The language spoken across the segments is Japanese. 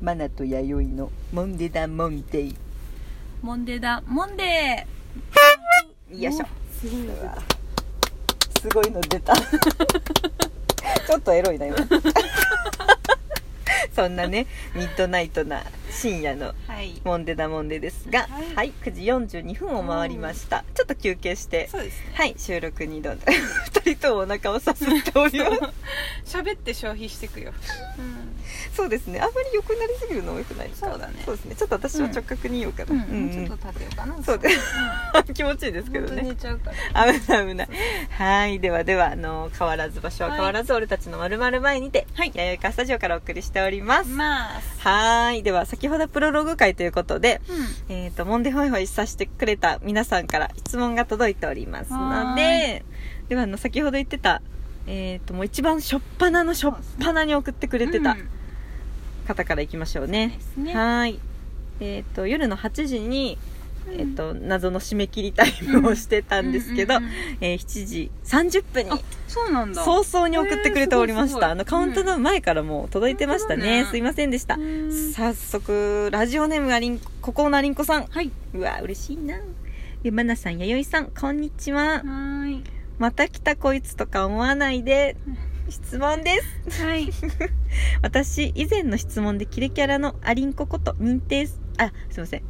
マナと弥生のモンデダモンデイモンデーだモンデよいしょーすごいわすごいの出 たちょっとエロいな今そんなねミッドナイトな深夜のはいモンデダモンデですがは、はいい9時42分を回りました、ちょっと休憩してそうですねはい収録に挑んで 二人ともお腹をさすっております喋って消費してくよ、そうですねあんまり良くなりすぎるのも良くないですかそうだねそうですねちょっと私は直角に言おうかな、うん、うんちょっと立てようかなそうです 気持ちいいですけ本ど当にね寝ちゃうか ら危ない危ないはいではではあの変わらず場所は変わらず、俺たちのまるまる前にて、はい弥生かスタジオからお送りしております、まあすはーいでは先ほどプロローグ会ということでうえー、とモンデホイホイさせてくれた皆さんから質問が届いておりますのはでではあの先ほど言ってた、えー、ともう一番初っ端の初っ端に送ってくれんてたうん方からいきましょうでね、すねはーいえー、と夜の8時に、うんえー、と謎の締め切りタイムをしてたんですけど、うううんえー7時30分にあそうなんだ早々に送ってくれておりました、へーすごいすごいあのカウントダウン前からもう届いてましたね、うんすいませんでした、うん早速ラジオネームがりんここなりんこさんはいうわ嬉しいなでまなさん弥生さんこんにちははーいまた来たこいつとか思わないで質問ですはい私以前の質問でキレキャラのアリンコこと認定すあすいません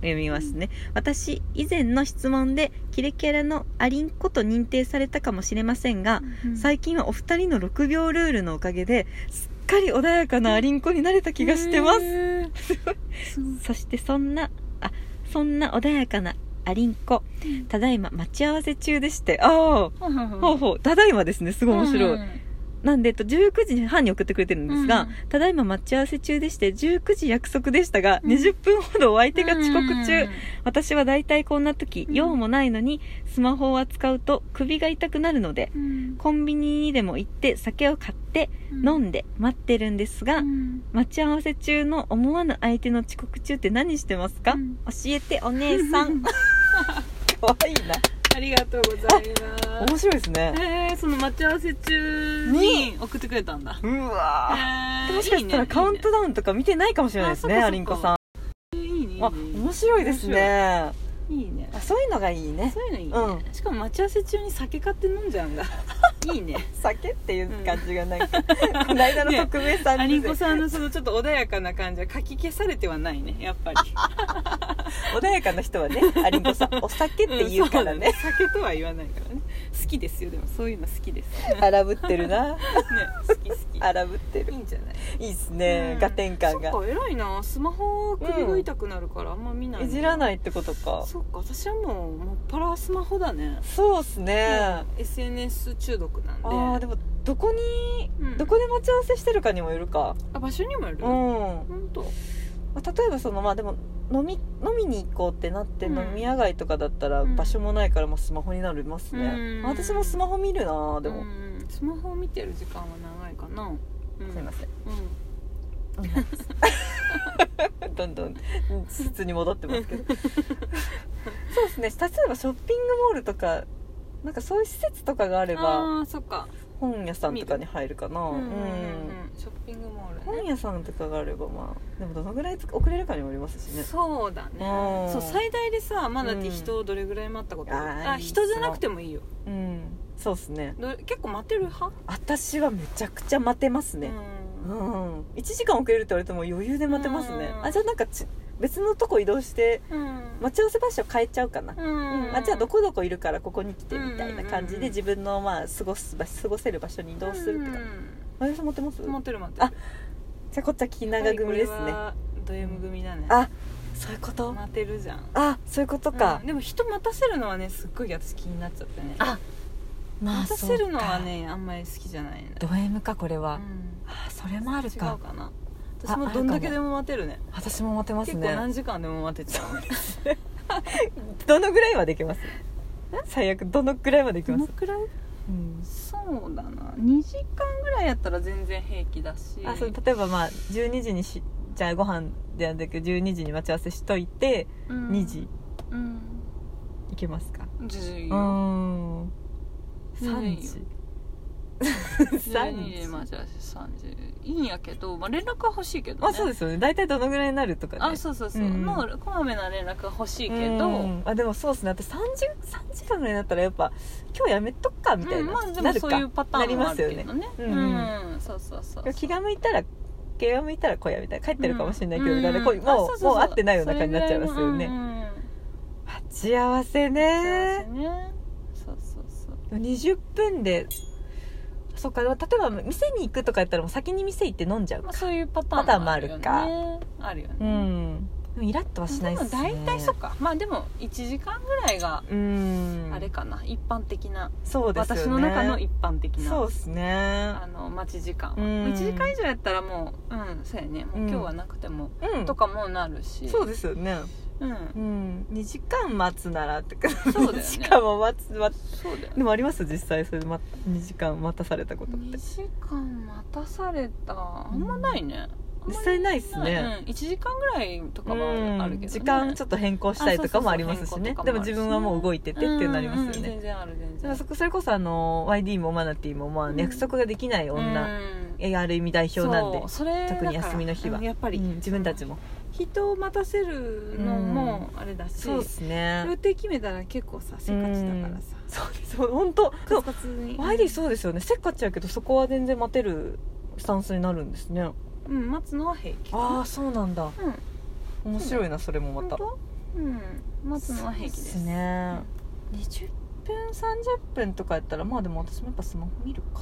読みますね、私以前の質問でキレキャラのアリンコと認定されたかもしれませんが、最近はお近の6秒ルールのおかげですっかり穏やかなアリンコになれた気がしてます、へーすごいそしてそんなあそんな穏やかなアリンコただいま待ち合わせ中でしてああほうほうほうほうただいまですねすごい面白い、うんなんで、えっと、19時半に送ってくれてるんですが、うんただいま待ち合わせ中でして19時約束でしたが、うん20分ほどお相手が遅刻中、うん私は大体こんな時、うん用もないのにスマホを扱うと首が痛くなるのでうんコンビニにでも行って酒を買ってうん飲んで待ってるんですが、うん待ち合わせ中の思わぬ相手の遅刻中って何してますか、うん教えてお姉さ ん可愛いありがとうございま面白いですねすえー、その待ち合わせ中に送ってくれたんだうわーえーもしかしたらカウントダウンとか見てないかもしれないですね、あそっかそっかアリンコさん。いいねいいねあ、面白いですね。いいねいいねあ、そういうのがいいね。そういうのいいね、しかも待ち合わせ中に酒買って飲んじゃうんだいいね酒っていう感じがなんか、この間のね特命さアんリでンコさんのそのちょっと穏やかな感じはかき消されてはないねやっぱり穏やかな人はね、アリンコ さん、お酒って言うからんね。そだ酒とは言わないからね好きですよでもそういうの好きですね荒ぶってるな。好き好き荒ぶってるい。いんじゃないいいっすね、うんガテン感がそっ。か偉いなスマホ首が痛くなるからあんま見ない、いじらないいってことか。そっか私はもうもっぱらスマホだねそうっすね。もう SNS 中毒なんであー、でも、どこに、うんどこで待ち合わせしてるかにもよるか。あ場所にもよる、うほんん。と、本まあ例えばそのまあでも飲み飲みに行こうってなって、うん飲み屋街とかだったらうん場所もないからまあスマホになりますね、うん私もスマホ見るなでも、うんスマホを見てる時間は長いかな、うん、すいません うどんどん施設に戻ってますけど そうですね例えばショッピングモールとかなんかそういう施設とかがあれん、ばああーそっか本屋さんとかに入るかなううんうんうんんショッピングモール、ね、本屋さんとかがあればまあでもどのぐらい遅れるかにもよりますしねそうだうんねそう最大でさまだって人をどれぐらい待ったことある、うんあーあいい人じゃなくてもいいようんそうですねど結構待てる派私はめちゃくちゃ待てますね、うんうん、1時間遅れるって言われても余裕で待てますねうんあじゃあなんかち別のとこ移動してうん待ち合わせ場所変えちゃうかな、うんうんあじゃあどこどこいるからここに来てみたいな感じうんうんうんで自分のまあ過ごす場過ごせる場所に移動するってかあやさん持ってますうん持ってる持ってるあじゃあこっちは聞き長組ですはいこねれはド M 組だねあそういうこと待てるじゃんあそういうことかうん、でも人待たせるのはねすっごい私気になっちゃってねあまあ待たそうかせるのはねあんまり好きじゃないねド M かこれは、うんあそれもある違うかかなあ私もどんだけでも待てるね私も待てます結構ね何時間でも待てちゃうどのぐらいはできます最悪どのぐらいまでいきどまのす、くらいうんそうだな2時間ぐらいやったら全然平気だしあそう例えばまあ12時にしじゃあご飯じゃなく12時に待ち合わせしといて、うん2時うん行けますか全然いうーいよん全然い 3い時3よ12時まあじゃあ30いいんやけど、まあ、連絡は欲しいけど、ね、まあそうですよね大体どのぐらいになるとかねあそうそうそう、うんのこまめな連絡は欲しいけうど、んあでもそうですね私 3, 3時間ぐらいになったらやっぱ今日やめとくかみたいな、うんまあでなもるそういうかパターンもあるけどねううんん、うそうそうそう気が向いたら気が向いたら来いやみたいな帰ってるかもしれないけど、うん誰来いんもあそううそうそうもう会ってないような感じになっちゃいますよね、それぐらいのうんうん待ち合わせ幸せねねそうそうそう20分でそっか例えば店に行くとかやったらもう先に店行って飲んじゃうまあかそういうパターンもあるよねパターあるよね、うんでもイラッとはしないでっすもね大体そっかまあでも1時間ぐらいがうんあれかな、一般的な、そうですよね私の中の一般的なそうっすねあの待ち時間は、うん1時間以上やったらもううんそうやねもう今日はなくても、うんとかもなるしそうですよねうんうん2時間待つならってかそうだよね2時間も待つ待つそうだよねでもあります実際それま2時間待たされたことっ2て時間待たされたあんまないね、あん実まり際ないっすないね、うん、1時間ぐらいとかうんはあるけど、ね、時間ちょっっと変更したりとかもありますしねでも自分はもう動いててっていうなりますよね、全然ある全で然もそこそれこそあの YD もマナティもまあうん約束ができない女、うんえある意味代表なんでそうそれ特に休みの日はだからうんやっぱり、うん自分たちも人を待たせるのもあれだし、そうですルーねティン決めたら結構させっかちだからさ、そうです本当でカもツカツに YD そうですよねせっかちやけどそこは全然待てるスタンスになるんですねあうん待つのは平気あーそうなんだうん面白いなそれもま本た当うん待つのは平気ですそうっね20分30分とかやったらまあでも私もやっぱスマホ見るか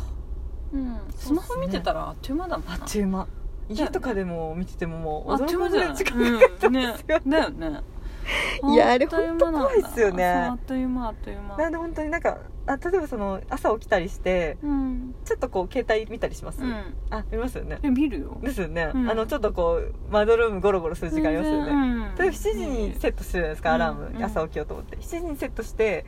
うん、スマホ見てたらあっという間だもんあなっという間だよね家とかでも見ててももうあっという驚間くじぐゃらないい時間うんねだよねいやあれあっとう間なんだほんと怖いっすよねそうあっという間あっという間なんで本当になんかあ例えばその朝起きたりしてうん、ちょっとこう携帯見たりします、うん、あ見ますよねえ見るよですよね、うんあのちょっとこうマドルームゴロゴロする時間ありますよね、ね例えば7時にセットするじゃないですか、うんアラーム、うん朝起きようと思って7時にセットして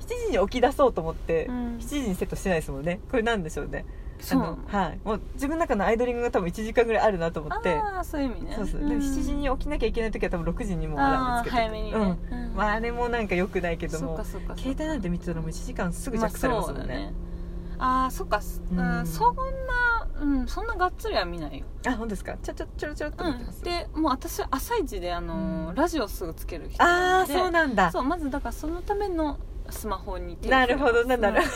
7時に起き出そうと思って、うん7時にセットしてないですもんねこれなんでしょうねそうあのはいもう自分の中のアイドリングが多分1時間ぐらいあるなと思ってああそういう意味ねそうそう、で7時に起きなきゃいけない時は多分6時にもうアラーあムあつけて早めにね、ううんんまあ、あれもなんか良くないけどそっもかそっか携帯なんて見てたらもう1時間すぐジャックされますもんね,、ああそっか、うんうんそんな、うん、そんながっつりは見ないよ、あ本当ですかちょちょちょろちょろっとう見てます、ん、でもう私朝一であのー、うんラジオすぐつける人ああでそうなんだそうまずだからそのためのスマホに手をなるほどな触れなまるす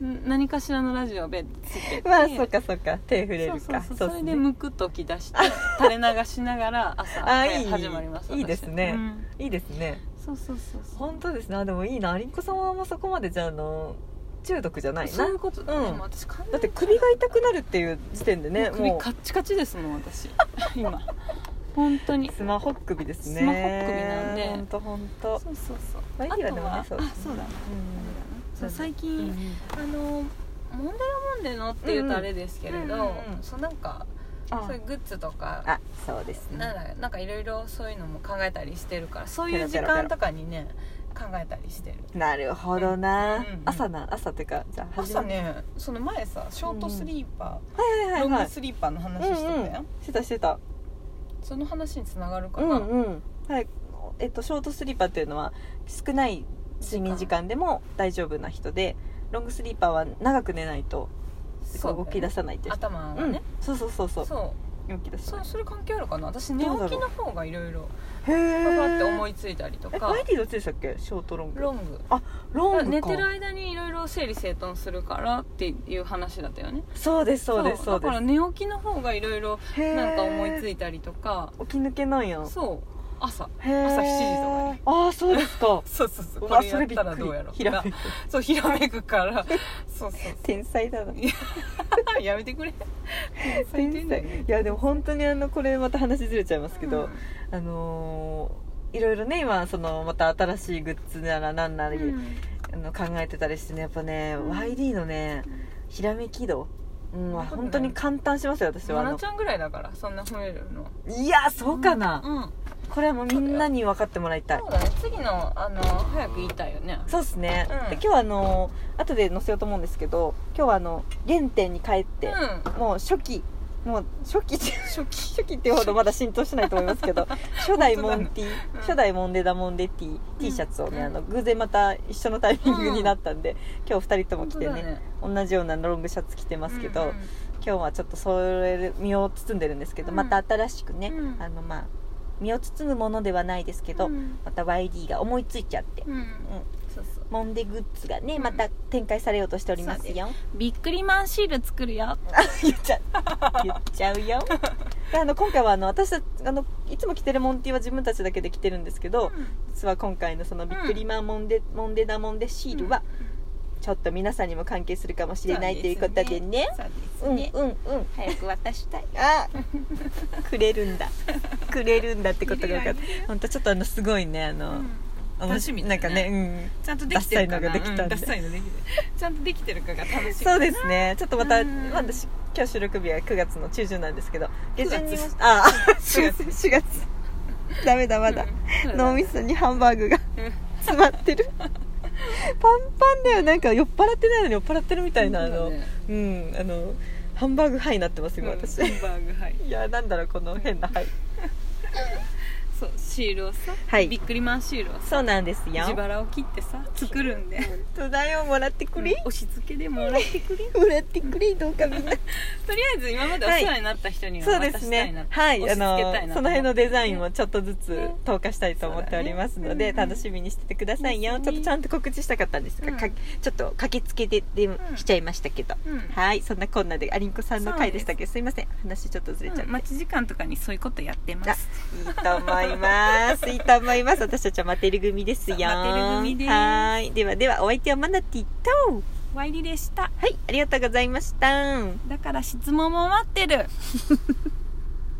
うん何かしらのラジオをベッてつけてまあそっかそっか手触れるそうかそうそうっすそれねでむくっとき 出して垂れ流しながら朝あーはいい始まりますいいですねうんいいですねそうそうそうそう本当ですねあでもいいなアリンコさんはそこまでじゃああの中毒じゃないそなういうことだね、うんもう私完全にだって首が痛くなるっていう時点でねもう首もカッチカチですもん私 今本当にうスマホ首ですねスマホ首なんで本当本当そうそうそうまあいいわあでともねはあそそううでだすなねそう最う近んあの問題は問題のっていうとあれですけれうんどうんうんそうなんかあそういうグッズとかあそうですねなんだなんかいろいろそういうのも考えたりしてるからそうペいロうペ時ロペロ間とかにね考えたりしてるなるほどな、うんうん朝な朝っていうかじゃあ始め朝ねその前さショートスリーパはいーはいはロいンはグいスリーパーの話してたうんうんよしてたしてたその話につながるかうなんうんはいえっとショートスリーパーっていうのは少ない睡眠時間でも大丈夫な人でロングスリーパーは長く寝ないとそうだ動よねき出さないっていう人頭うがんねそうそうそうそうそう動き出さそなうそれ関係あるかな私寝どうだろう起きの方がいろいろいへパえパって思いいついたりとえかマイティどっちでしたっけショートロングロングロングか寝てる間にいろいろ整理整頓するからっていう話だったよねそうですそうですそうだからで寝起きの方がいろいろすへーなんか思いついたりとか起き抜けなんやんそう朝朝朝7時とかにああそうですかそうそうそううわこれやったらどうやろうひとらかめくそうひらめくからそう そうそ天才だなうやめてくれ天才いやでも本当にあのこれまた話ずれちゃいますけど、あのーいろいろね今そのまた新しいグッズならなんなり、うんあの考えてたりしてねやっぱね、うん YD のねひらめき度、うん、うん本当に簡単しますよ私はあマナのちゃんぐらいだからそんな褒めるのいやそうかな、うんこれはもうみんなに分かってもらいたいそうだね次のあの早く言いたいよねそうですね、うんで今日はあのー後で載せようと思うんですけど今日はあの原点に帰って、うもう初期もう初期 じゃ初期初期っていうほどまだ浸透してないと思いますけ ど初代モンティ、うん初代モンデダモンデティ、T シャツをね、うんあの偶然また一緒のタイミングになったんで、今日2人とも本着当てだね同じようなロングシャツ着てますけど、うんうん今日はちょっとそれ身を包んでるんですけど、うんまた新しくね、うんあのまあ身を包むものではないですけど、うんまた YD が思いついちゃって、うんうんそうそうモンデグッズがねうんまた展開されようとしておりますよ、ビックリマンシール作るよ言っちゃう言っちゃう よであの今回はあの私たちあのいつも着てるモンティは自分たちだけで着てるんですけど、実は今回のそのビックリマンモンデ、モンデダモンデシールはちょっと皆さんにも関係するかもしれないということでねそうですうんうんねうん早く渡したいあくれるんだくれるんだってことが分かっいるよいるたよ本当ちょっとあのすごいねあの、面白い楽しみだなんよねかね、ちゃんとできてるかなダッサいのができたんでうんダッサいのできてるちゃんとできてるかが楽うん、しみそうですねちょっとまた、うんまだし今日収録日は9月の中旬なんですけど下旬に9月ああ4 4月月4月ダメだまだ、うん脳みそにハンバーグがうん詰まってるパンパンだよなんか酔っ払ってないのに酔っ払ってるみたいなあの、そうだねうんあのハンバーグハイになってます今私、うんハンバーグはいいやなんだろうこの変なハイそうシールをさ、はいビックリマンシールをさそうなんですよ自腹を切ってさ作るんで土台をもらってくれ、押し付けでも らってくれもらってくれどうかみんなとりあえず今までお世話になった人にはそう渡でしたすいなねはいあ押しの付けたいなと思っそての辺のデザインもちょっとずつ投下したいと思っておりますのそうだで、ね楽しみにしててくださいよ、うんちょっとちゃんと告知したかったんですが、うんかちょっと駆けつけてでんしちゃいましたけど、うんはいそんなこんなでアリンコさんの回でしたけどすいません話ちょっとずれちゃって、うん待ち時間とかにそういうことやってまあすいいと思い ます。いいと思います。私たちはマテル組ですよ。そうマテル組ですはい。ではでは、お相手はマナティと、ワイリでしたはい、ありがとうございました。だから質問も待ってる